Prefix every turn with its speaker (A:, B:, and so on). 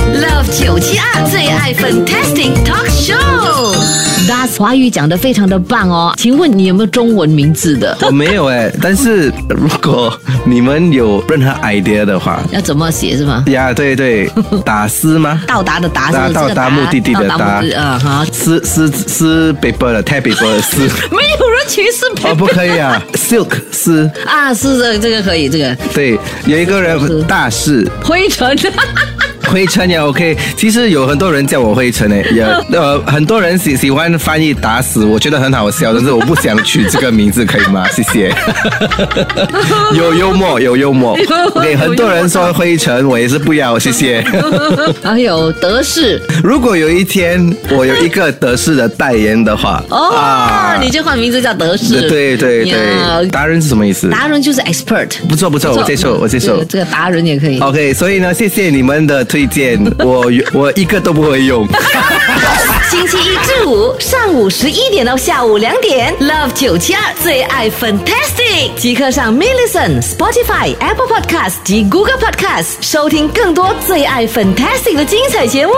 A: Love 九七二最爱 Fantastic Talk Show。Das 华语讲的非常的棒哦，请问你有没有中文名字的？
B: 我没有哎、但是如果你们有任何 idea 的话，
A: 要怎么写是吗？
B: 呀，对对，打斯吗？
A: 到达的达是不是
B: 到
A: 这个
B: 达目的地的
A: 到达目的啊哈，
B: 斯斯斯 paper 的 t a p paper 的斯，
A: 没有人歧视
B: 哦不可以啊，silk 斯，
A: 啊，是这个这个可以，这个
B: 对，有一个人大是
A: 灰 尘。
B: 灰尘也 OK，其实有很多人叫我灰尘诶，也呃很多人喜喜欢翻译打死，我觉得很好笑，但是我不想取这个名字，可以吗？ 谢谢。有幽默，有幽默
A: 有幽默。
B: OK，很多人说灰尘，我也是不要，谢谢。
A: 还有德式
B: 如果有一天我有一个德式的代言的话，
A: 哦，你就换名字叫德式。
B: 啊对对
A: 呀
B: 对，达人是什么意思？
A: 达人就是 expert。
B: 不错不错，我接受我接受
A: 这个。这个达人也可以。
B: OK，所以呢，谢谢你们的推荐，我我一个都不会用。
A: 星期一至五上午十一点到下午两点，Love 九七二最爱 Fantastic，即刻上 m i l l i c e n Spotify、Apple Podcast 及 Google Podcast 收听更多最爱 Fantastic 的精彩节目。